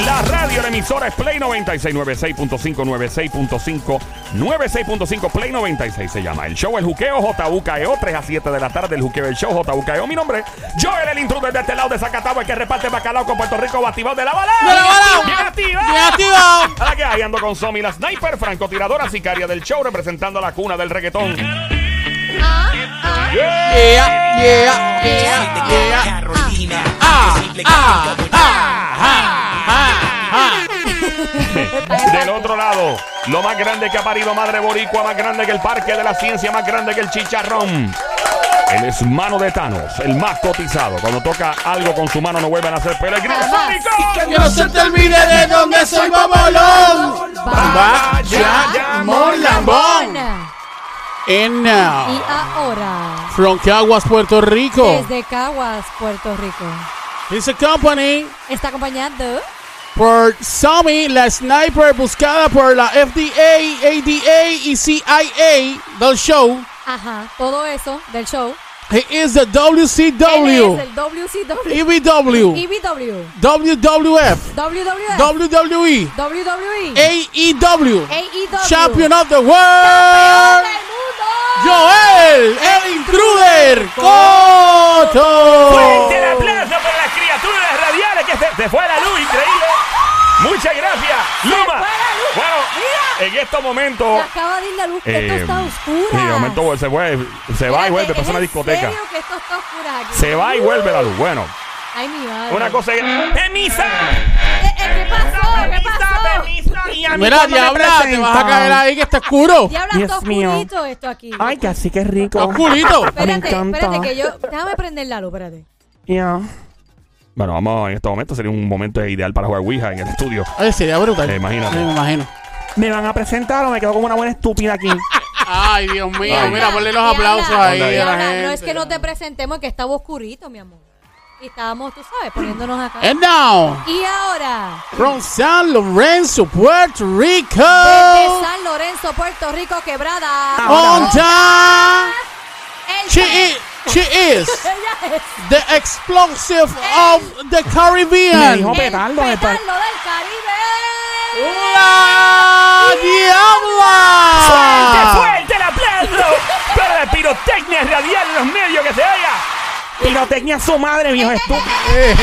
nuestra emisora es Play 96, 96.5, 96.5, 96.5, Play 96 se llama. El show El Juqueo, JUKEO, 3 E a 7 de la tarde, El Juqueo El Show, JUKEO. E Mi nombre es Joel, el intruder de este lado de Zacatau, el que reparte bacalao con Puerto Rico, batibao de la bala. ¡De la bala! ¡Bien activa! ¡Bien activa! Ahora que ahí ando con Somi, la sniper, francotiradora, sicaria del show, representando a la cuna del reggaetón. Yeah, yeah, yeah, yeah. Ah, ah, ah, ah, ah, ah. Del otro lado, lo más grande que ha parido Madre Boricua, más grande que el Parque de la Ciencia, más grande que el Chicharrón. Él es mano de Thanos, el más cotizado. Cuando toca algo con su mano no vuelven a hacer pero el grito Jamás. sónico. Que no se termine de donde soy bobolón. Vaya, amor, lambón. And Y now, Ah. ahora, from Caguas, Puerto Rico, desde Caguas, Puerto Rico, it's a company está acompañado por Sammy, la sniper buscada por la FDA, ADA y CIA del show. Ajá, todo eso del show. He is the Él WCW, es el E WCW. E EBW, EBW. WWF, WWF. WWE, Eh. WWE. AEW, AEW. E Champion of the ¡Campeón World, del mundo! Joel, el intruder, Fuerte el Coto. aplauso para las criaturas radiales que se, se fue la luz, increíble. Muchas gracias, Luma. luz. Bueno, en estos Se momentos. Acaba de ir la luz. que eh, esto está oscuro. sí, de momento se, fue, se va y vuelve, pasa una discoteca. que esto está oscura aquí. Se va y vuelve la luz. Bueno, Ay, mi madre. una cosa es. ¡Permisa! Eh, eh, ¿Qué pasó? ¿Qué pasó? Mira, diabla, te vas a caer ahí que está oscuro. Diabla, Dios está mío. oscurito esto aquí. Ay, que así que rico. Oscurito. Espérate, encanta. espérate que yo. Déjame prender la luz, espérate. Ya. Bueno, vamos en este momento. Sería un momento ideal para jugar Ouija en el estudio. Ay, sería brutal. Eh, imagínate. Sí, Me imagino. ¿Me van a presentar o me quedo como una buena estúpida aquí? Ay, Dios mío, Ay. mira, ponle los Diabla, aplausos ahí a Diabla, la gente. No es que no te presentemos, que estaba oscurito, mi amor. Y estábamos, tú sabes, poniéndonos acá. And now, Y ahora, from San Lorenzo, Puerto Rico, Oh. desde San Lorenzo, Puerto Rico, quebrada. Honda, El she is, she is Ella es the explosive of the Me Caribbean. dijo el petardo. me pa- petardo del Caribe. ¡La Ah. Diabla! ¡Fuerte, fuerte el aplauso! para la pirotecnia radial en los medios que se haya. Pirotecnia a su madre, viejo estúpido. Eh,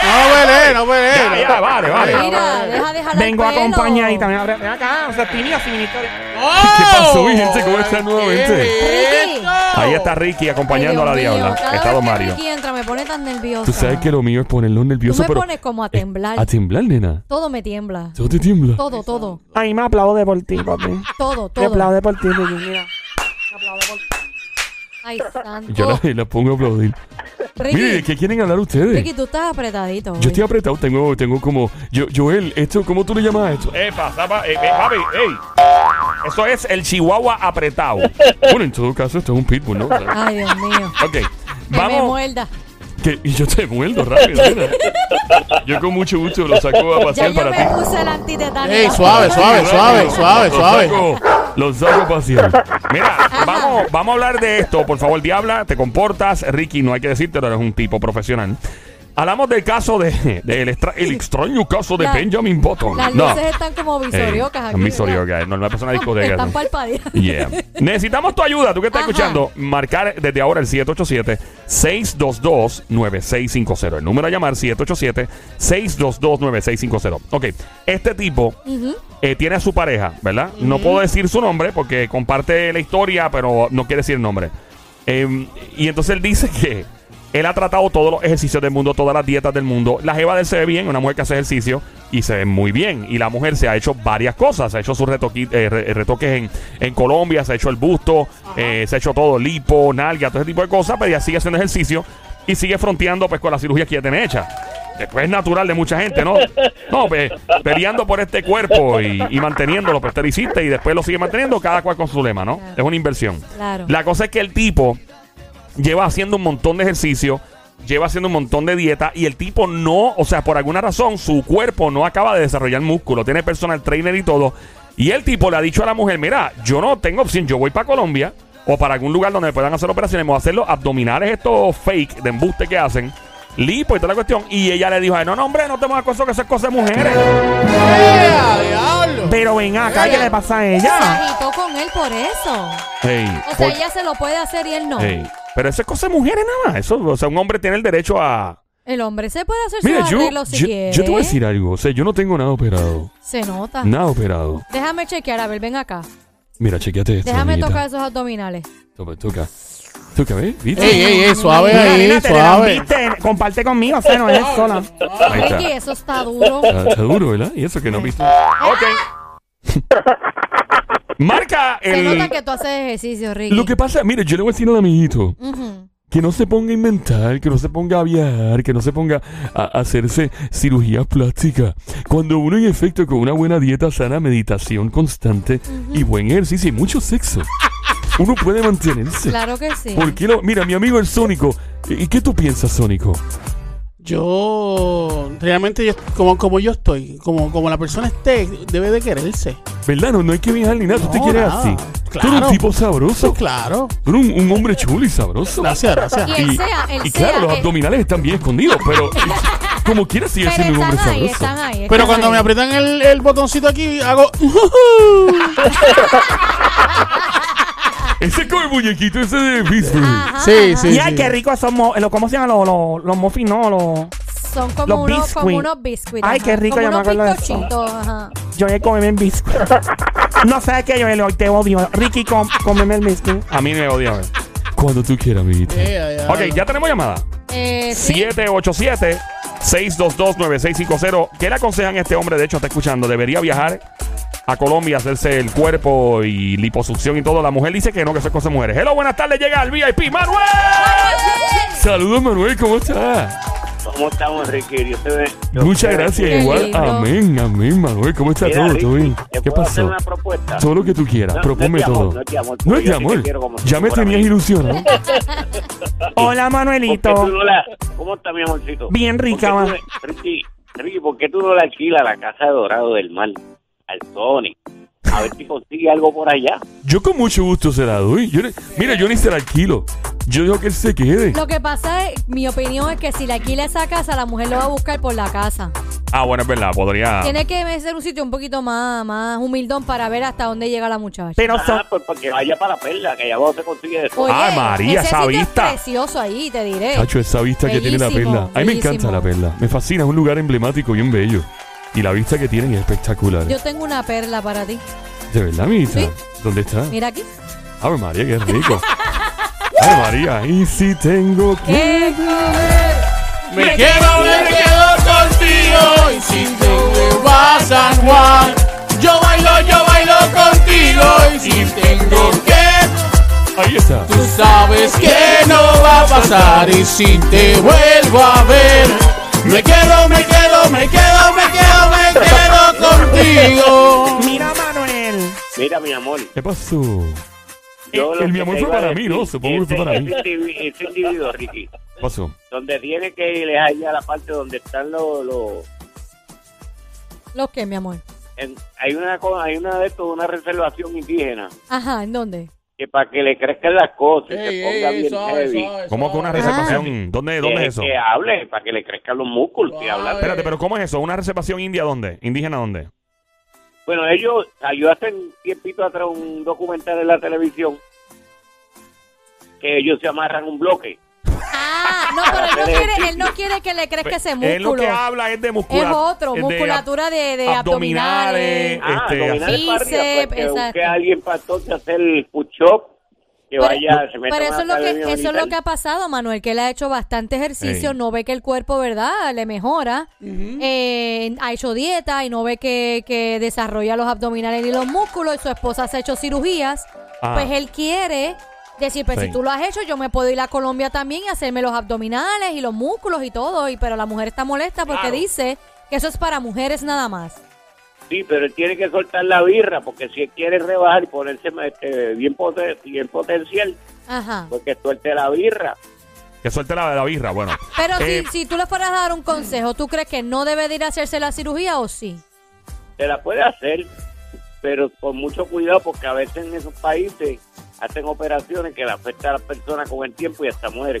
No peleé, no Ya, peleé. ya, vale, vale. Mira, deja de jalar Vengo pelo. acompañadita. Ven acá, ven acá. O sea, espinilla sin historia. ¿Qué pasó, mi gente? ¿Cómo están nuevamente? Ricky. Ahí está Ricky acompañando a la Ay, Dios mío, diabla. cada Está vez Don que Mario. Ricky entra, me pone tan nerviosa. Tú sabes que lo mío es ponerlo Tú nervioso, me pero... pones como a temblar. A temblar, nena. todo me tiembla. Todo te tiembla. Todo, todo, Ahí me aplaude por ti, papi. todo, Me todo. aplaude por ti, Ricky. Mira. Ay, santo. Yo la, la pongo a aplaudir. Mire, ¿de Ricky, qué quieren hablar ustedes? Oh. Ricky, tú estás apretadito. ¿eh? hoy. Yo estoy apretado, tengo, tengo como... Yo, Joel, esto, ¿cómo tú le llamas a esto? Epa, zapa, eh, eh, papi, ey. Eso es el chihuahua apretado. Bueno, en todo caso, esto es un pitbull, ¿no? O sea, Ay, Dios mío. Ok, Que me vamos... muerda. que- y yo te muerdo rápido, nena. Yo con mucho gusto lo saco a Ya pasear yo para ti. me puse el antitetánico. Ey, suave, suave, suave, suave, suave. Lo saco, lo saco a pasear. Mira, vamos, vamos a hablar de esto. Por favor, diabla, te comportas. Ricky, no hay que decirte, eres un tipo profesional. Hablamos del caso de, del extra- el extraño caso de La- Benjamin Button. Las No. luces están como visoriocas Eh, aquí. ¿verdad? Visoriocas, normal persona de discoteca. Están palpadeando. Yeah. Necesitamos tu ayuda, tú que estás Ajá. escuchando. Marcar desde ahora el 787-622-9650. El número a llamar 787-622-9650. Ok, este tipo eh, tiene a su pareja, ¿verdad? No puedo decir su nombre porque comparte la historia, pero no quiere decir el nombre. Eh, y entonces él dice que él ha tratado todos los ejercicios del mundo, todas las dietas del mundo. La jeva de él se ve bien, una mujer que hace ejercicio y se ve muy bien. Y la mujer se ha hecho varias cosas. Se ha hecho sus retoqui- eh, re- retoques en, en Colombia, se ha hecho el busto, eh, se ha hecho todo, lipo, nalga, todo ese tipo de cosas, pero ella sigue haciendo ejercicio y sigue fronteando pues con la cirugía que ya tiene hecha. Después pues es natural de mucha gente, ¿no? No, pe- peleando por este cuerpo y, y manteniéndolo, pues te lo hiciste y después lo sigue manteniendo, cada cual con su lema, ¿no? Claro. Es una inversión. Claro. La cosa es que el tipo lleva haciendo un montón de ejercicio, lleva haciendo un montón de dieta y el tipo no, o sea, por alguna razón su cuerpo no acaba de desarrollar músculo, tiene personal trainer y todo. Y el tipo le ha dicho a la mujer, mira, yo no tengo opción, yo voy para Colombia o para algún lugar donde me puedan hacer operaciones, me voy a hacer los abdominales estos fake de embuste que hacen. lipo y toda la cuestión. Y ella le dijo, ay, no, no, hombre, no te muevas con eso, que eso es cosa de mujeres. ¡Ea, diablo! Pero ven acá, ¿qué le pasa a ella? Se agitó con él por eso. Ey, O sea, por- ella se lo puede hacer y él no. ey, pero eso es cosa de mujeres nada más. Eso, o sea, un hombre tiene el derecho a... El hombre se puede hacer Mira, sus yo, arreglos si yo, quiere. Ah. yo te voy a decir algo. O sea, yo no tengo nada operado. Se nota. Nada operado. Déjame chequear, a ver, ven acá. Mira, chequeate esto. Déjame amiguita. tocar esos abdominales. Toca, toca. Toca, ¿ves? ¿Viste? ¡Ey, ey, ey! Suave Mira, ahí, nena, te suave. lambiste, comparte conmigo, o sea, no es sola. Ahí está. Ricky, eso está Ah. duro. Está, está duro, ¿verdad? Y eso que no viste. Ok. Marca Se nota el... que tú haces ejercicio, Ricky. Lo que pasa, mire, yo le voy a decir al amiguito Ujú. que no se ponga a inventar, que no se ponga a viajar, que no se ponga a hacerse cirugía plástica. Cuando uno en efecto con una buena dieta sana, meditación constante y buen ejercicio y mucho sexo, uno puede mantenerse. Claro que sí. ¿Por qué lo- Mira, mi amigo el Sónico. ¿Y qué tú piensas, Sónico? Yo, realmente, yo, como, como yo estoy, como, como la persona esté, debe de quererse. ¿Verdad? No, no hay que viajar ni nada. Tú te No, quieres nada. así. Tú eres Claro. un tipo sabroso. Eso, claro. Tú eres un, un hombre chulo y sabroso. Gracias, gracias. Y él sea, él y sea, claro, los él- abdominales están bien escondidos, pero como quieras sigue Pero siendo un hombre están ahí, sabroso. están ahí. Pero están cuando ahí. me aprietan el, el botoncito aquí, hago. Ese como el muñequito ese de Pittsburgh. Ajá, Sí, ajá. sí. Y ay, qué rico esos mo los, ¿cómo se llaman los, los, los muffins? No, los... Son como, Los unos, como biscuit. unos biscuits. Ay, ajá. qué rico, como yo me unos acuerdo de eso. bizcochitos, ajá. Yo voy a comerme el biscuit. No sabes qué, Joel, hoy te odio. Ricky, com cómeme el biscuit. A mí me odia. Cuando tú quieras, amiguito. Ea, ea. Ok, ya tenemos llamada. Eh, sí. 787 622-9650. ¿Qué le aconsejan a este hombre? De hecho, está escuchando. ¿Debería viajar a Colombia, hacerse el cuerpo y liposucción y todo? La mujer dice que no, que eso es cosa de mujeres. Hello, buenas tardes. Llega el VIP, Manuel. Saludos, Manuel, ¿cómo estás? ¿Cómo estamos, Ricky? Dios te ve- Dios Muchas te gracias, bendiga. Qué igual. lindo. Amén, amén, Manuel. ¿Cómo está Mira, todo? ¿Todo Ricky, bien? ¿te ¿Qué puedo hacer pasó? una propuesta? Todo lo que tú quieras, No, no propónme es de todo. amor, no es de amor, No es de yo te amor. quiero como si Ya me fuera tenías mío. ilusionado. Hola, ¿Por qué tú Manuelito. no la- ¿Cómo está mi amorcito? Bien rica, ¿Por ma. qué tú- Ricky, Ricky, ¿por qué tú no la alquilas a la Casa de Dorado del Mar? Al Sony. A ver si consigue algo por allá. Yo con mucho gusto se la doy. Yo, le- mira, yo ni se la alquilo. Yo digo que él se quede. Lo que pasa es, mi opinión es que si le alquila esa casa, la mujer lo va a buscar por la casa. Ah, bueno, es verdad. Podría. Tiene que ser un sitio un poquito más, más humildón para ver hasta dónde llega la muchacha. Pero son... Ah, pues porque vaya para la perla, que allá abajo se consigue Oh. eso. Oye, Ah, María, ese esa sitio vista. Es precioso ahí, te diré. Chacho, esa vista que tiene la Bellísimo, perla. A mí me bellísimo. encanta la perla. Me fascina, es un lugar emblemático, bien bello. Y la vista que tienen es espectacular. Yo tengo una perla para ti. ¿De verdad, amiguita? Sí. ¿Dónde está? Mira aquí. Ave María, qué rico. Ave María, y si tengo que... ¡Qué comer! Me quiero ver, me quedo contigo. Y si te me vas a San Juan, yo bailo, yo bailo contigo. Y si tengo que, Ahí está. tú sabes que no va a pasar. Y si te vuelvo a ver, me quedo, me quedo, me quedo, me quedo, me quedo contigo. Mira, Manuel. Mira, mi amor. ¿Qué pasó? yo Eh, el lo mi que amor te fue iba a para mí, ¿no? Supongo que fue ese- para mí. Ese individuo, ese individuo, Ricky, ¿Qué pasó? donde tiene que ir es allá a la parte donde están los... los ¿Los qué, mi amor? en- hay una co- hay una de estos, una reservación indígena, Ajá, ¿en dónde? que para que le crezcan las cosas y se ponga bien heavy. ¿Cómo Ah, que una eh, reservación? ¿Dónde, dónde que- es eso? Que hable, para que le crezcan los músculos. Wow. y hablar. Este Espérate, pero ¿cómo es eso? ¿Una reservación india dónde? ¿Indígena dónde? Bueno, ellos, ah, yo hace un tiempito atrás un documental en la televisión que ellos se amarran un bloque. Ah, no, pero él no quiere, él no quiere que le crezca ese Él lo músculo. que habla es de Es musculatura. otro, de musculatura de, de abdominales. Ah, Este, dominar el barrio, pues, bíceps, que busque exacto. a alguien para entonces hacer el push-up, que Pero- vaya, se meta Pero en eso es una lo que eso academia es lo que militar. ha pasado, Manuel, que él ha hecho bastante ejercicio, Ey. no ve que el cuerpo, ¿verdad? Le mejora. Eh, ha hecho dieta y no ve que, que desarrolla los abdominales ni los músculos y su esposa se ha hecho cirugías. Ah. Pues él quiere decir, pues Sí. si tú lo has hecho, yo me puedo ir a Colombia también y hacerme los abdominales y los músculos y todo, y pero la mujer está molesta porque Claro. dice que eso es para mujeres nada más. Sí, pero él tiene que soltar la birra, porque si él quiere rebajar y ponerse este, bien, poten- bien potencial, Ajá. porque suelte la birra. que suelte la, la birra, bueno. Ah, Pero Eh, si, si tú le fueras a dar un consejo, ¿tú crees que no debe de ir a hacerse la cirugía o sí? se la puede hacer, pero con mucho cuidado porque a veces en esos países hacen operaciones que le afectan a las personas con el tiempo y hasta mueren.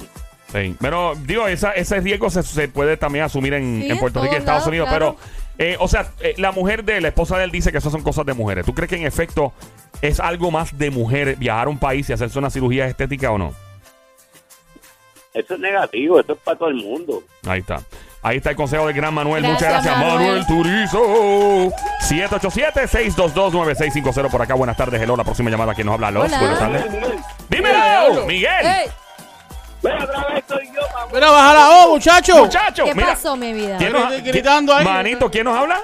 Sí. Pero digo, esa, ese riesgo se, se puede también asumir en, Sí, en en Puerto Rico todos y Estados lados, Unidos. claro. Pero, eh, o sea, eh, la mujer de él, la esposa de él dice que esas son cosas de mujeres. ¿Tú crees que en efecto es algo más de mujer viajar a un país y hacerse una cirugía estética o no? Eso es negativo, eso es para todo el mundo. Ahí está. Ahí está el consejo del gran Manuel. Muchas Gracias, gracias, Manuel, Manuel Turizo. 787-622-9650 por acá. Buenas tardes, hello. La próxima llamada que nos habla Los. Hola. Buenas tardes. Miguel, ¡Dímelo! Miguel. ¡Ey! ven otra vez, soy yo, mamá. Mira, baja la O, muchacho. Muchacho, ¿Qué mira. pasó, mi vida? ¿Quién nos- Estoy gritando ahí. Manito, ¿quién nos habla?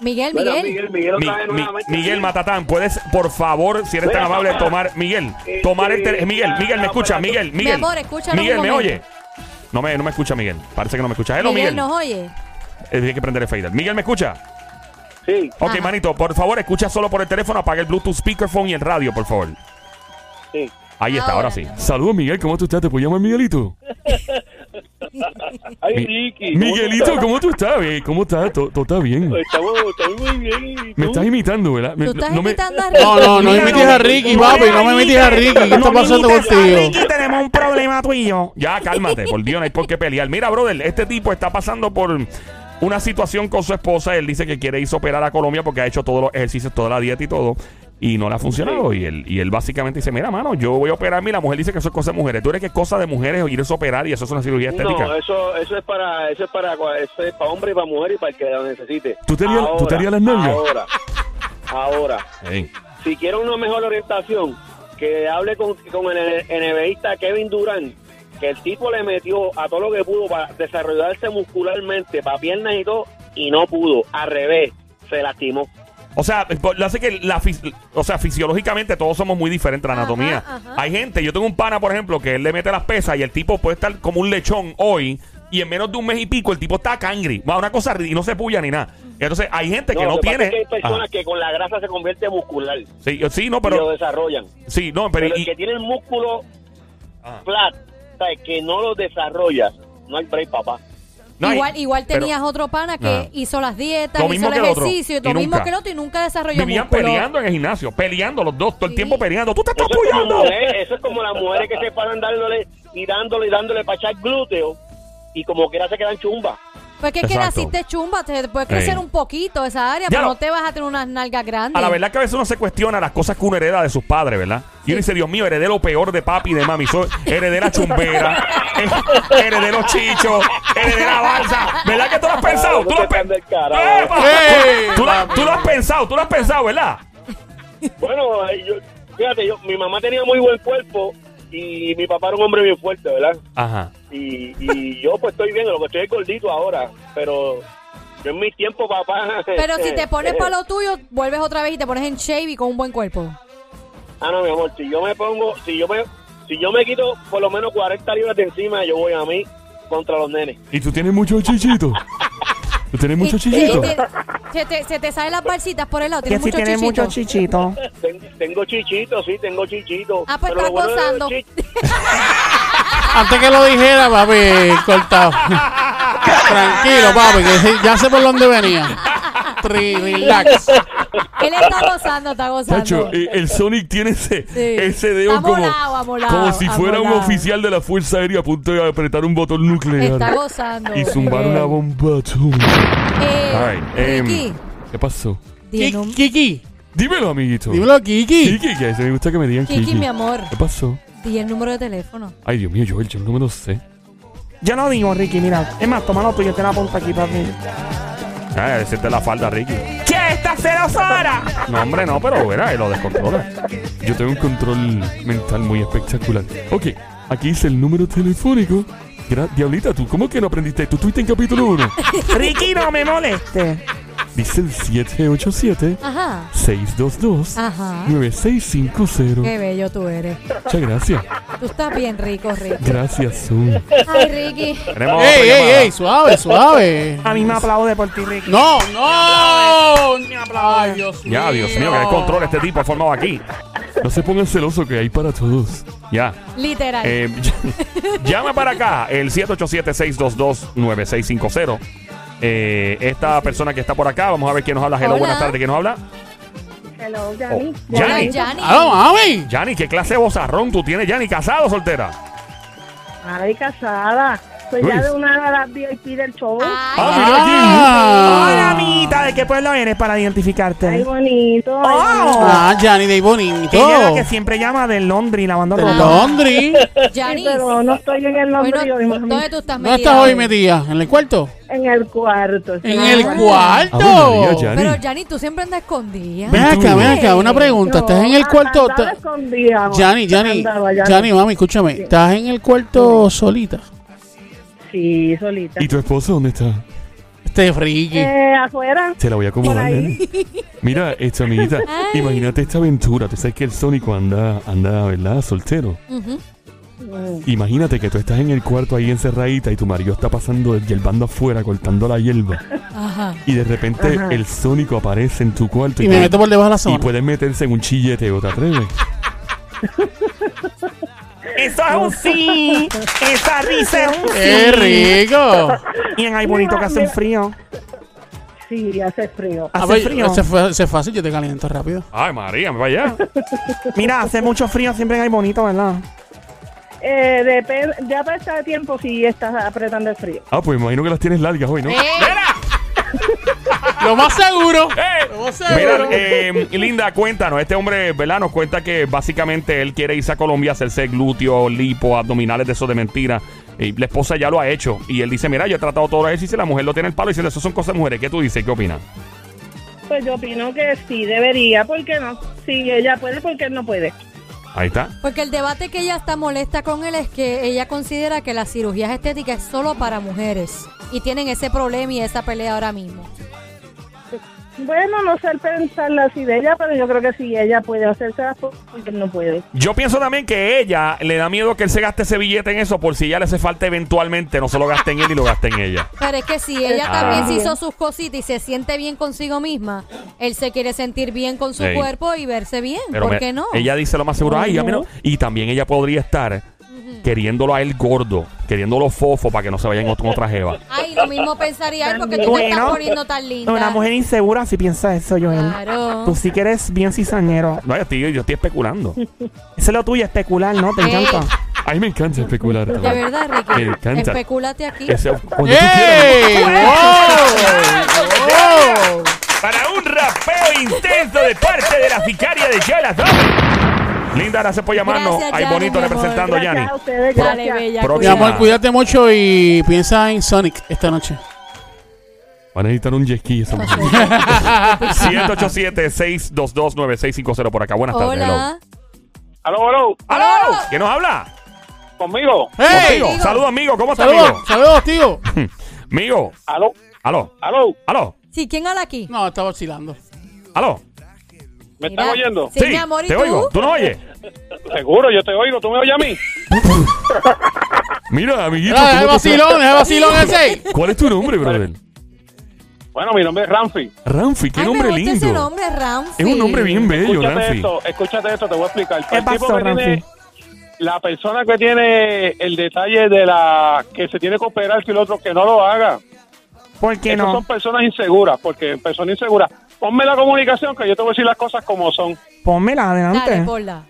Miguel, Bueno, Miguel. Miguel, Miguel, Mi- otra vez mi- nuevamente. Miguel Matatán, puedes, por favor, si eres tan Mira, amable, papá. tomar. Miguel, Este, ah, tomar el teléfono. Miguel, ya, Miguel, me ya, escucha, para tú. Miguel, Miguel. amor, escúchanos Miguel, un ¿me oye? momento. No me, no me escucha, Miguel. Parece que no me escucha. Hello, Miguel Miguel. nos oye. Eh, Tiene que prender el fader. Miguel, ¿me escucha? Sí, Ok, Ajá. manito, por favor, escucha solo por el teléfono. Apaga el Bluetooth speakerphone y el radio, por favor. sí. Ahí está, Ahora, ahora sí. mi amor. Saludos, Miguel. ¿Cómo tú estás? ¿Te puedo llamar Miguelito? Ay, Mi- Ricky. ¿cómo Miguelito, tú ¿cómo tú estás? eh? ¿Cómo estás? ¿Todo todo está bien? estás? Estamos, estamos muy bien. ¿y Me tú? estás imitando, ¿verdad? Me- Tú estás no me- invitando a No, no, no Mira, invites a Ricky, papi. No me invites a Ricky. ¿Qué está No me pasando invites a contigo? Ricky, tenemos un problema tú y yo. Ya, cálmate, por Dios, no hay por qué pelear. Mira, brother, este tipo está pasando por una situación con su esposa. Él dice que quiere irse a operar a Colombia porque ha hecho todos los ejercicios, toda la dieta y todo. Y no le ha funcionado. Y él, y él básicamente dice: Mira, mano, yo voy a operarme. Y la mujer dice que eso es cosa de mujeres. ¿Tú eres que es cosa de mujeres irse a operar y eso es una cirugía estética? No, eso, eso es para, eso es para, eso es para hombre y para mujer y para el que lo necesite. ¿Tú te harías- tú te harías las nalgas? Ahora, ahora, Ey. si quiero una mejor orientación, que hable con, con el NBAista Kevin Durant, que el tipo le metió a todo lo que pudo para desarrollarse muscularmente, para piernas y todo, y no pudo, al revés, se lastimó. O sea, por- lo hace que la fis- o sea, fisiológicamente todos somos muy diferentes la Ajá, anatomía. ajá. Hay gente, yo tengo un pana, por ejemplo, que él le mete las pesas y el tipo puede estar como un lechón hoy y en menos de un mes y pico el tipo está cangri. Va, Una cosa ri- y no se puya ni nada. Entonces, hay gente que no, lo pasa tiene. es que hay personas Ajá. que con la grasa se convierte en muscular Sí, yo- sí, no, y lo pero. desarrollan. Sí, no, pero. Pero el y- que tiene el músculo Ajá. flat, o sea, que no lo desarrolla, no hay break, papá. no hay- igual, igual pero tenías otro pana que Ajá. hizo las dietas, Lo hizo mismo el que el otro, ejercicio, y lo mismo nunca. que el otro y nunca desarrolló Vivían músculo. peleando en el gimnasio, peleando los dos todo el Sí. tiempo peleando. ¡Tú te estás Eso es, como puyando! mujer- eso es como las mujeres que se paran dándole y dándole y dándole para echar glúteo y como quiera se quedan chumba. Pues que, es que Exacto. naciste chumba, te puedes Ey. crecer un poquito esa área, pero lo- no te vas a tener unas nalgas grandes. A la verdad que a veces uno se cuestiona las cosas que uno hereda de sus padres, ¿verdad? Y uno dice, Dios mío, heredé lo peor de papi y de mami. Soy, heredé la chumbera, eh, heredé los chichos, heredé la balsa. ¿Verdad que tú lo has pensado? Tú lo Claro, has, pe- no te están del carajo. ¡Epa! ¡Ey! Tú la- tú lo has pensado, tú lo has pensado, ¿verdad? Bueno, eh, yo, fíjate, yo, mi mamá tenía muy buen cuerpo y mi papá era un hombre bien fuerte, ¿verdad? Ajá. Y, y yo pues estoy bien, lo que estoy es gordito ahora, pero yo en mi tiempo, papá... Pero Eh, si te pones para lo tuyo, vuelves otra vez y te pones en shave y con un buen cuerpo. Ah, no, mi amor, si yo me pongo, si yo me, si yo me quito por lo menos 40 libras de encima, yo voy a mí contra los nenes. ¿Y tú tienes mucho chichito? ¿Tú tienes mucho Y- chichito? y eh, te- se, te, se te salen las balsitas por el lado, Que tienes si mucho tiene chichito. mucho chichito. Ten- tengo chichito, sí, tengo chichito. Ah, pues Pero estás lo bueno de los gozando. chichos- Antes que lo dijera, papi, cortado. Tranquilo, papi, que ya sé por dónde venía. Tri, relax. Él está gozando, está gozando. Tacho, eh, el Sonic tiene ese, Sí. ese dedo Está como, molado, amolado, como si fuera un amolado. oficial de la Fuerza Aérea a punto de apretar un botón Está nuclear gozando. y zumbar Bien. una bomba. ¡Tum! Eh, Ay, em, Ricky, ¿Qué pasó? di un- Kiki. Dímelo, amiguito. Dímelo, Kiki. Kiki, que se me gusta que me digan Kiki, Kiki. mi amor. ¿Qué pasó? di el número de teléfono. Ay, Dios mío, Joel, yo no me lo sé. Yo no digo, Ricky, mira. Es más, tómalo tú, yo te la apunto aquí, papi. Ah, ese es de la falda, Ricky. ¿Qué? ¿Estás celosa ahora? No, hombre, no, pero verá, y lo descontrola. Yo tengo un control mental muy espectacular. Ok, aquí dice el número telefónico. Gra- Diablita, ¿tú cómo que no aprendiste? ¿Tú estuviste en capítulo 1? Ricky, no me moleste. Dice el 787 Ajá. 622 Ajá. 9650. Qué bello tú eres. Muchas gracias. Tú estás bien rico, Ricky. Gracias, Zoom. Ay, Ricky. Tenemos otra Ey, ey, llamada. ey, suave, suave. A mí me aplaude por ti, Ricky. No, no. ni hablar. Ay, Dios mío. Ya, Dios mío, que descontrol este tipo ha formado aquí. No se pongan celoso que hay para todos. Ya. Literal. Eh, llama para acá el 787-622-9650. Eh, esta persona que está por acá, vamos a ver quién nos habla. Hello, Hola. buenas tardes, ¿quién nos habla? Hello, Yanni. Oh, Yanni. Hola, Yanni. Aló, mami. Yanni, ¿qué clase de bozarrón tú tienes, Yanni? ¿Casado o soltera? Ay, casada. Soy ya Luis. de una de las VIP del show. Ay, Ah, mira Hola, Ah, amiguita, ¿de qué pueblo eres para Ay, identificarte? bonito. ay, Oh. bonito. ah Yanni de bonito. Ella es la que siempre llama de Londres lavando Oh. Del ropa. Londres. Sí, Janice. pero no estoy en el nombre de hoy, Bueno, mami. ¿dónde tú estás ¿Dónde metida estás hoy, metida? ¿En el cuarto? En el cuarto. sí. En el Ah, Ave María, cuarto. Yanni. Pero Janice, tú siempre andas escondida. Ven acá, ven acá, una pregunta. No, ¿Estás en el a- cuarto? Ah, andaba ¿Estás- escondida, amor. Yanni, Yanni, Andaba, Yanni. Yanni, mami, escúchame. ¿Estás en el cuarto solita? Sí, solita. ¿Y tu esposo dónde está? Este friki. Eh, afuera. Se la voy a Por acomodar, ahí. nene. Mira, esta amiguita, Ay. imagínate esta aventura. Tú sabes que el Sónico anda, anda, ¿verdad? Soltero. Ujú. Imagínate que tú estás en el cuarto ahí encerradita y tu marido está pasando, hierbando afuera, cortando la hierba. Ajá. Y de repente el Sónico aparece en tu cuarto Y me meto por debajo de la y sábana. puedes meterse en un chilleteo, ¿te atreves? Eso es un sí. Esa risa es pues. un ¡Qué sí. rico! Y en ay bonito que hace frío. Sí, hace frío. A Hace ver, frío. se Ah, pues, fue, se fue así, yo te caliento rápido. Ay, María, me vaya. Mira, hace mucho frío siempre en ay bonito, ¿verdad? Eh, depende, ya para este tiempo si estás apretando el frío. Ah, pues imagino que las tienes largas hoy, ¿no? Lo más seguro. Lo más Mira, seguro. eh, Linda, cuéntanos. Este hombre, ¿verdad? Nos cuenta que básicamente él quiere irse a Colombia a hacerse glúteo, lipo, abdominales de eso de mentira. Y la esposa ya lo ha hecho. Y él dice: Mira, yo he tratado todo el ejercicio y la mujer lo tiene el palo. Y dice: Eso son cosas de mujeres. ¿Qué tú dices? ¿Qué opinas? Pues yo opino que sí debería, ¿por qué no? Si ella puede, ¿por qué no puede? Ahí está. Porque el debate que ella está molesta con él es que ella considera que las cirugías estéticas es solo para mujeres. Y tienen ese problema y esa pelea ahora mismo. Bueno, no sé el pensarla así de ella, pero yo creo que si ella puede hacerse las cosas, ¿por qué no puede? Yo pienso también que ella le da miedo que él se gaste ese billete en eso por si ya le hace falta eventualmente, no se lo gaste en él y lo gaste en ella. Pero es que si ella Ah. también se hizo sus cositas y se siente bien consigo misma, él se quiere sentir bien con su Ey. cuerpo y verse bien. Pero ¿Por me- qué no? ella dice lo más seguro, ay, a mí no. Y también ella podría estar queriéndolo a él gordo, queriéndolo fofo para que no se vayan con otra jeva. Ay, lo mismo pensaría él porque tú te estás Bueno. poniendo tan linda. Una mujer insegura si piensa eso, Joel. Claro. Tú sí que eres bien cizañero. No, yo estoy, yo estoy especulando. Eso es lo tuyo, especular, ¿no? Te Eh. encanta. A mí me encanta especular. De Adán. verdad, Me Ricky. encanta. Especulate aquí. Ese- cuando Pues, tú quieras. ¡Ey! ¡Wow! ¡Wow! Para un rapeo intenso de parte de la sicaria de Yala Linda, gracias por llamarnos. Gracias, Ay, Yanni, bonito mi amor. representando a Gracias Yanni. a ustedes, Dale, gracias. bella. Próxima. Mi cuídate. amor, cuídate mucho y piensa en Sonic esta noche. Van a necesitar un jet ski esa mujer. 787-622-9650 por acá. Buenas tardes. hello. Hola. Aló, aló, ¡Aló! ¿Quién nos habla? conmigo. ¡Ey! Amigo. Saludos, amigo. ¿Cómo está, ¡Saludos! amigo? ¡Saludos, tío! Amigo. Aló, Aló. aló, Aló. Sí, ¿quién habla aquí? No, estaba oscilando. Aló. ¿me Mira, están oyendo? Sí, mi amor, ¿y te tú? oigo. ¿Tú no oyes? Seguro, yo te oigo, tú me oyes a mí. Mira, amiguito. tú Ah, ¡Es no te puedes- vacilón! ¡Es vacilón ese! ¿Cuál es tu nombre, brother? Bueno, mi nombre es Ramfi. Ramfi, qué Ay, nombre me gusta ese lindo. nombre, Ramsey. Es un nombre bien bello, Escúchate Ramfi. esto, escúchate esto, te voy a explicar. ¿Qué El tipo pasó, que tiene- Ramfi? la persona que tiene el detalle de la que se tiene que operar y el otro que no lo haga. ¿Por qué Esas no? son personas inseguras, porque personas inseguras. Ponme la comunicación que yo te voy a decir las cosas como son. Pónmela Dale, adelante. ponla.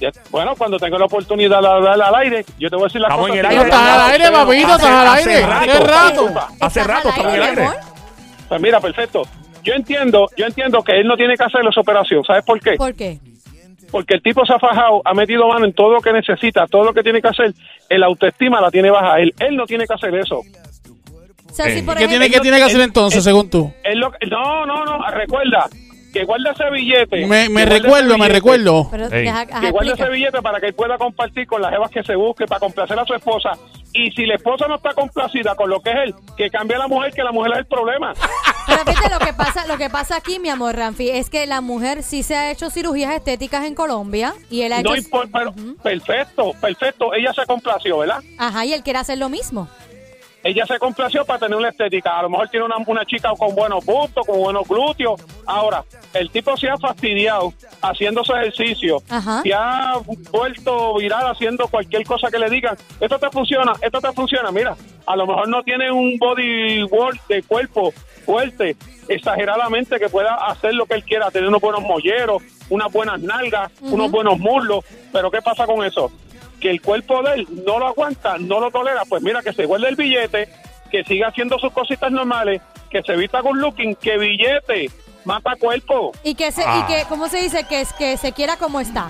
Ya- Bueno, cuando tenga la oportunidad de hablar al aire, yo te voy a decir las Estamos cosas. Ah, en el que aire. yo- ¡Estás al aire, papito! ¡Estás al Hace- aire! hace ¡Qué rato. rato! Hace ¿Estás rato al estamos en el aire, mi aire. amor? Pues mira, perfecto. Yo entiendo, yo entiendo que él no tiene que hacer las operaciones. ¿Sabes por qué? ¿Por qué? Porque el tipo se ha fajado, ha metido mano en todo lo que necesita, todo lo que tiene que hacer. El autoestima la tiene baja. Él, él no tiene que hacer eso. O sea, si Eh, por ¿Qué ejemplo- tiene, ¿Qué tiene que hacer entonces, según tú? Él lo- no, no, no. Recuerda que guarda ese billete. Me, me Que guarde recuerdo, ese me billete. recuerdo. Pero Ey. deja, ajá, Que guarde explica. ese billete para que él pueda compartir con las jevas que se busque, para complacer a su esposa. Y si la esposa no está complacida con lo que es él, que cambie a la mujer, que la mujer es el problema. Pero fíjate lo que pasa, lo que pasa aquí, mi amor Ramfi, es que la mujer sí se ha hecho cirugías estéticas en Colombia y él ha hecho No importa, pero perfecto, perfecto. Ella se complació, ¿verdad? Ajá, y él quiere hacer lo mismo. Ella se complació para tener una estética. A lo mejor tiene una, una chica con buenos bustos, con buenos glúteos. Ahora, el tipo se ha fastidiado haciendo su ejercicio. Ajá. Se ha vuelto viral haciendo cualquier cosa que le digan. Esto te funciona, esto te funciona. Mira, a lo mejor no tiene un body work de cuerpo fuerte, exageradamente, que pueda hacer lo que él quiera, tener unos buenos molleros, unas buenas nalgas, unos buenos muslos. Pero ¿qué pasa con eso? que el cuerpo de él no lo aguanta, no lo tolera, pues mira, que se guarde el billete, que siga haciendo sus cositas normales, que se vista con looking, que billete mata cuerpo. Y que se, y que, ¿cómo se dice? Que, es- que se quiera como está.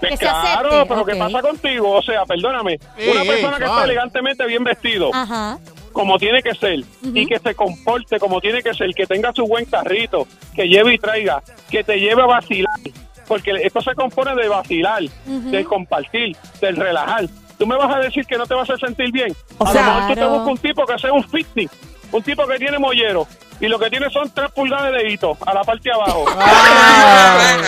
Pues Que se claro, acepte, pero ok. ¿qué pasa contigo? O sea, perdóname, Ey, una ey, persona que claro. está elegantemente bien vestido, Ajá. como tiene que ser, y que se comporte como tiene que ser, que tenga su buen carrito, que lleve y traiga, que te lleve a vacilar, porque esto se compone de vacilar, Ujú. de compartir, del relajar. Tú me vas a decir que no te vas a hacer sentir bien. O a sea, lo mejor tú te claro. buscas un tipo que sea un fitness, un tipo que tiene mollero, y lo que tiene son tres pulgadas de hito a la parte de abajo. Ah. Ah. A lo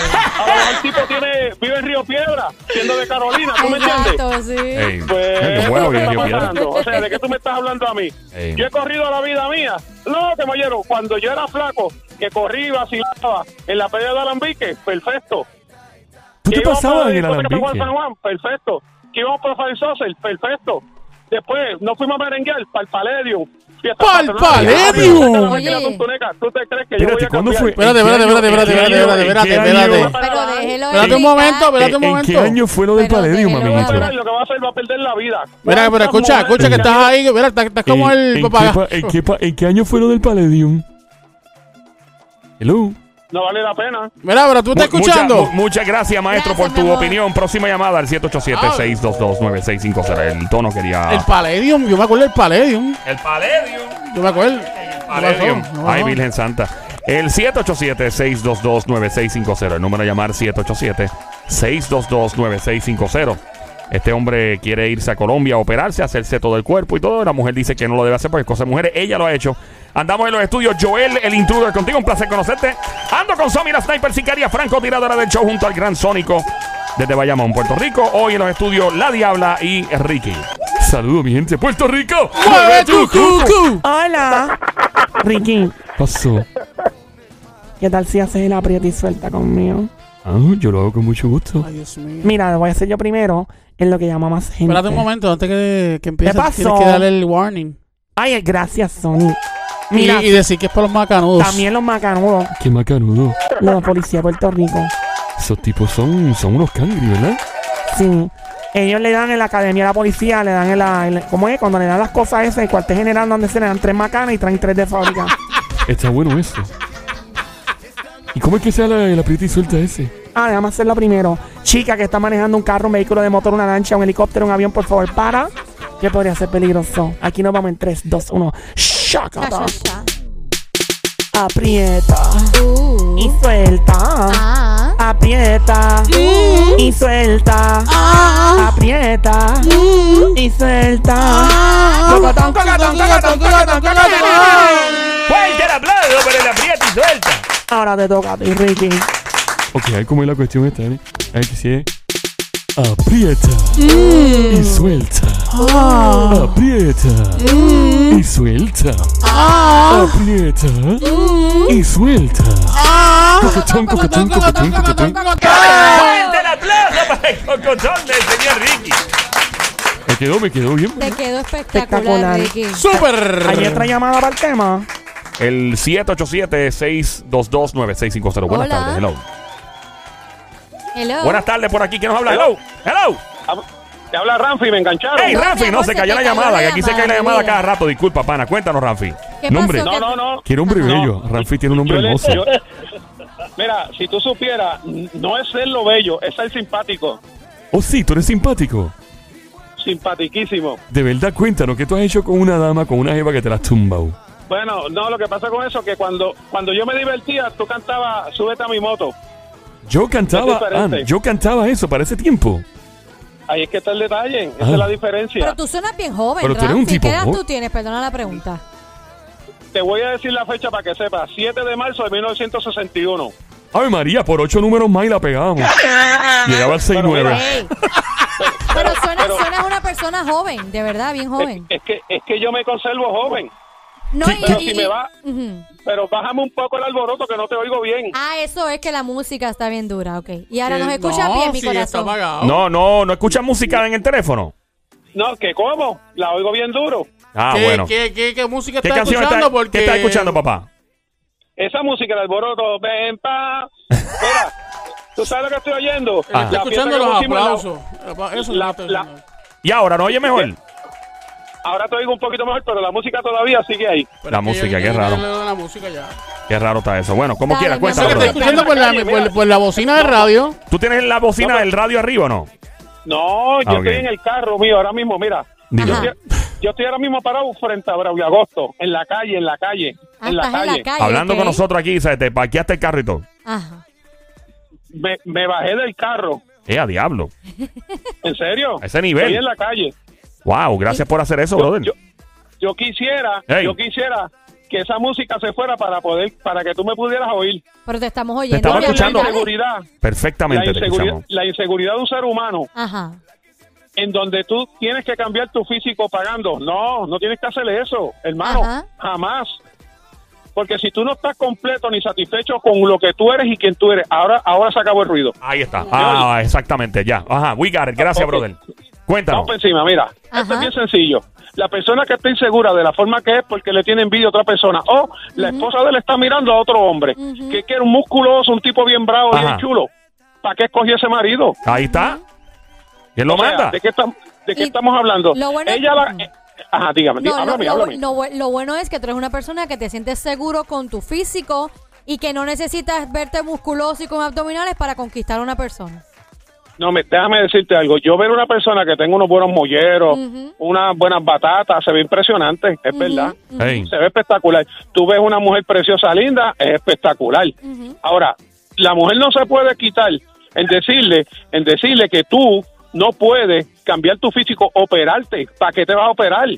mejor el tipo tiene, vive en Río Piedra, siendo de Carolina, ¿tú me entiendes? Exacto, sí. Ey, Pues, qué bueno ¿qué que está yo quiera. pasando? O sea, ¿de qué tú me estás hablando a mí? Ey. Yo he corrido la vida mía. No, caballero, cuando yo era flaco, que corrí y vacilaba en la pelea de Alambique, perfecto. ¿Tú Que te íbamos pasabas para en el discoteca Juan alambique? San Juan, perfecto. Que íbamos para Fire Saucer, perfecto. Después nos fuimos a merenguear para el Palladium. Fiesta ¡Pa'l patronal. Palladium! Ya, me queda Oye. tuntuneca. ¿Tú te crees que yo voy Espérate, a ¿cuándo cambiar? fue? Espérate, espérate, espérate, espérate, espérate, espérate, Pero espérate. déjelo Espérate un explicar. momento, espérate un Eh, ¿En- ¿En qué momento. año fue lo del Pero Palladium, déjelo Va a amiguito? hablar. perder, Lo que va a hacer va a perder la vida. Mira, pero ¿Cuántas escucha, mujeres escucha que ya estás ahí, mira, estás, estás como ¿En- el en, qué papagayo. pa- en qué pa- en qué año fue lo del Palladium? Hello. No vale la pena. Mira, pero tú estás Mu- mucha- escuchando. mu- muchas gracias, maestro, Gracias, por tu mi amor. opinión. Próxima llamada al 787-622-9650. El tono quería. Ah. El Palladium, yo me acuerdo del Palladium. El Palladium. Yo me acuerdo. Palladium. Yo me acuerdo. Ay, Virgen Santa. El 787-622-9650. El número a llamar 787-622-9650. Este hombre quiere irse a Colombia a operarse, a hacerse todo el cuerpo y todo. La mujer dice que no lo debe hacer porque es cosa de mujeres. Ella lo ha hecho. Andamos en los estudios. Joel, el intruder, contigo. Un placer conocerte. Ando con Somi, la sniper sicaria, franco tiradora del show junto al gran Sónico desde Bayamón, Puerto Rico. Hoy en los estudios La Diabla y Ricky. Saludos, mi gente. ¡Puerto Rico! ¡Mueve tu cucu! Hola. Ricky, Pasó. ¿qué tal si haces el aprieta y suelta conmigo? Ah, yo lo hago con mucho gusto. Ay, Dios mío. Mira, lo voy a hacer yo primero en lo que llama más gente. Espérate un momento, antes que, que empiece, ¿Qué pasó? tienes que darle el warning. Ay, gracias, Sony. Y, Mira, y decir que es para los macanudos. también los macanudos, Qué macanudo. los de policía de Puerto Rico. Esos tipos son, son unos cangri, ¿verdad? Sí. Ellos le dan en la academia a la policía, le dan en la. en la- ¿Cómo es? Cuando le dan las cosas esas, el cuartel general donde se le dan tres macanas y traen tres de fábrica. Está bueno eso. ¿Y cómo es que sea la, la prieta y suelta ese? Ah, déjame hacerlo primero. Chica que está manejando un carro, un vehículo de motor, una lancha, un helicóptero, un avión, por favor, para. Que podría ser peligroso. Aquí nos vamos en 3, 2, 1. ¡Shakata! Está. Aprieta Uh. y suelta. Ah. Aprieta y suelta. Aprieta y suelta. Cocotón, cocotón, cocotón, cocotón, cocotón. ¡Fuerte el Pues, aplauso por el aprieta y suelta! Ahora te toca a ti, Ricky. Ok, ahí como es la cuestión esta, ¿eh? A ver que si es. Aprieta y suelta. Aprieta y suelta. Aprieta y suelta. Cocotón, cocotón, cocotón, cocotón. ¡Fuerte el aplauso para el cocotón del señor Ricky! Me quedó, me quedó bien. Te quedó espectacular, Espectacular. Ricky. Hay ¡Súper! otra llamada para el tema. El 787-622-9650. Buenas Hola. tardes, hello. Hello. Buenas tardes por aquí, ¿quién nos habla? Hello, hello. Te habla Ramfi, me engancharon. Hey, No, mi Ramfi, no amor, se se cayó la te cayó llamada, la que aquí se llamada, cae la llamada mira. cada rato. Disculpa, pana, cuéntanos, Ramfi. ¿Qué Nombre. pasó? No, ¿Qué- no, no. Tiene hombre Ajá. bello. Ramfi tiene un Yo hombre le- hermoso. yo- mira, si tú supieras, no es ser lo bello, es ser simpático. Oh, sí, tú eres simpático. Simpatiquísimo. De verdad, cuéntanos, ¿qué tú has hecho con una dama, con una jeva que te la has tumbado? Bueno, no, lo que pasa con eso es que cuando, cuando yo me divertía, tú cantabas Súbete a mi moto. Yo cantaba, Es diferente. ah, yo cantaba eso para ese tiempo. Ahí es que está el detalle. Esa Ah. es la diferencia. Pero tú suenas bien joven, Pero tú eres un Ramsey. tipo ¿Qué edad joven. tú tienes? Perdona la pregunta. Te voy a decir la fecha para que sepas. 7 de marzo de 1961. Ay, María, por ocho números más y la pegábamos. Llegaba al 6-9. Ey. Pero suena- Pero- suenas una persona joven, de verdad, bien Es, joven. es que, es que yo me conservo joven. No, Sí, pero si me va- Ujú. Pero bájame un poco el alboroto que no te oigo bien. Ah, eso es que la música está bien dura, ok. Y ahora nos escuchan bien, mi sí, Está corazón. apagado. Ah, No, no, no escuchas música en el teléfono. No, que cómo? La oigo bien duro. Ah, ¿Qué, bueno. ¿Qué, qué, qué, qué música estás canción escuchando? estás Porque... qué estás escuchando, papá? Esa música del alboroto, ven pa. Mira, ¿Tú sabes lo que estoy oyendo? Ah. La Estoy fiesta escuchando que los pusimos en la- aplausos. Eso es la- lo que estoy la- oyendo. Y ahora, ¿no oye mejor? Ahora te oigo un poquito mejor, pero la música todavía sigue ahí. La Pero es que yo- música, yo qué le- raro. le doy la música ya. Qué raro está eso. Bueno, como Dale, quieras, mi Eso cuéntame. que amor. estoy brother. escuchando por la, por- por la bocina de radio. ¿Tú tienes la bocina No, pues- del radio arriba o no? No, yo Ah, ok. estoy en el carro mío ahora mismo, mira. Dime. Ajá. Yo estoy ahora mismo parado frente a Bravo y Agosto, en la calle, en la calle, Ah, en la estás en calle. la calle. Hablando ok. con nosotros aquí, ¿sabes? Te parqueaste el carro y todo. Ajá. Me, me bajé del carro, ¡Eh, a diablo! ¿en serio? A ese nivel. Estoy en la calle. ¡Wow! Gracias por hacer eso, brother. Yo, yo quisiera, Ey. yo quisiera que esa música se fuera para poder, para que tú me pudieras oír. Pero te estamos oyendo. estamos mi amor, escuchando. La dale. inseguridad, la Perfectamente te inseguridad, escuchamos. la inseguridad de un ser humano Ajá. en donde tú tienes que cambiar tu físico pagando. No, no tienes que hacerle eso, hermano. Ajá. Jamás. Porque si tú no estás completo ni satisfecho con lo que tú eres y quién tú eres, ahora, ahora se acabó el ruido. Ahí está. Ah, exactamente, ya. Ajá, we got it. Gracias, Ok. pues- brother. Vamos Cuéntanos. por encima, mira. Esto Ajá. es bien sencillo. La persona que está insegura de la forma que es porque le tiene envidia a otra persona. O la esposa de él está mirando a otro hombre Ujú. que quiere un musculoso, un tipo bien bravo, Ajá. bien chulo. ¿Para qué escogió ese marido? Ahí está. ¿Quién lo O sea, manda? pues, ¿De qué, estam- de qué Y estamos hablando? lo bueno es- Ella la- eh, Ajá, dígame, dí- No, háblame, lo, lo- háblame. lo bu- lo bueno es que tú eres una persona que te sientes seguro con tu físico y que no necesitas verte musculoso y con abdominales para conquistar a una persona. No, me, déjame decirte algo. Yo ver una persona que tenga unos buenos molleros, Ujú. unas buenas batatas, se ve impresionante, es verdad. Mm. Ey. Se ve espectacular. Tú ves una mujer preciosa, linda, es espectacular. Ahora, la mujer no se puede quitar en decirle, en decirle que tú no puedes cambiar tu físico, operarte. ¿Para qué te vas a operar?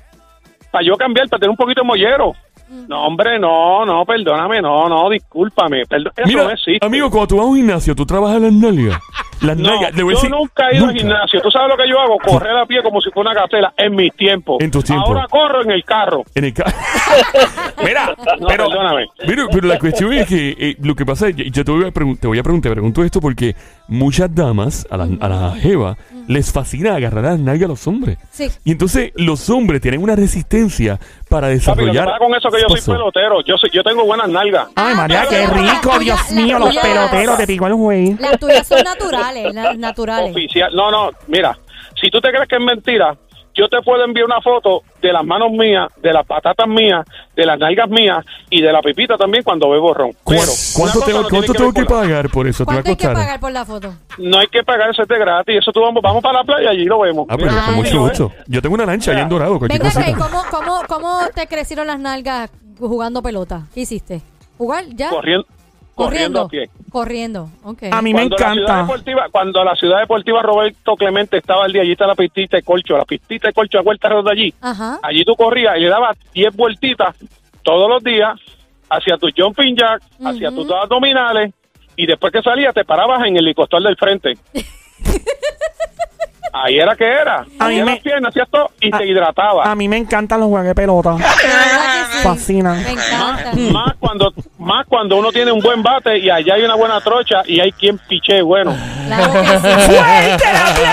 Para yo cambiar, para tener un poquito de mollero. No, hombre, no, no, perdóname, no, no, discúlpame. Perdón, eso Mira, no existe. amigo, cuando tú vas a un gimnasio, tú trabajas las nalgas. Las No, nalgas. Le voy a yo decir, nunca he ido al nunca. gimnasio. ¿Tú sabes lo que yo hago? Correr a pie como si fuera una gatela en mis tiempos. En tus tiempos. Ahora corro en el carro. En el ca- Mira, No, pero. perdóname. Pero, pero la cuestión es que eh, lo que pasa es, yo- yo te voy a, pregun- te voy a preguntar, pregunto esto porque muchas damas, a las a la jeva, les fascina agarrar las nalgas a los hombres. Sí. Y entonces los hombres tienen una resistencia para Papi, lo que desarrollar... pasa con eso es que yo Paso. soy pelotero. Yo, soy- yo tengo buenas nalgas. Ay, María, qué Ah, pero las rico, tuyas- Dios las mío, los tuyas- peloteros, te pico el güey. Las tuyas son naturales, na- naturales. Oficial. No, no, mira. Si tú te crees que es mentira, yo te puedo enviar una foto de las manos mías, de las patatas mías, de las nalgas mías y de la pipita también cuando bebo ron. ¿Cu- Pero una Pues, ¿Cuánto cosa tengo, no tiene cuánto ver tengo que con la- pagar por eso? ¿Te va a ¿Cuánto hay que costar? pagar por la foto? No hay que pagar, eso es de gratis. Eso tú vamos, vamos para la playa y allí lo vemos. Ah, pero Mira, con mucho ¿eh? gusto. Yo tengo una lancha allá en Dorado, cualquier Venga, acá, ¿y cosita. ¿cómo, cómo, ¿cómo te crecieron las nalgas jugando pelota? ¿Qué hiciste? ¿Jugar? ¿Ya? Corriendo, corriendo a pie. Corriendo, ok. A mí me Cuando la, ciudad encanta. deportiva, cuando la ciudad deportiva Roberto Clemente estaba al día, allí está la pistita de corcho, la pistita de corcho a vuelta redonda allí. Ajá. Allí tú corrías y le dabas 10 vueltitas todos los días hacia tu jumping jack, hacia tus dos abdominales y después que salías te parabas en el helicóptero del frente. Ahí era que era. A Ahí mí me- Ah, las piernas, ¿cierto? Y te hidrataba. A mí me encantan los juegos de pelota. De verdad que sí. Fascina. Me encanta. Más cuando, más cuando uno tiene un buen bate y allá hay una buena trocha y hay quien piche bueno. Claro que sí. ¡Fuerte el aplauso!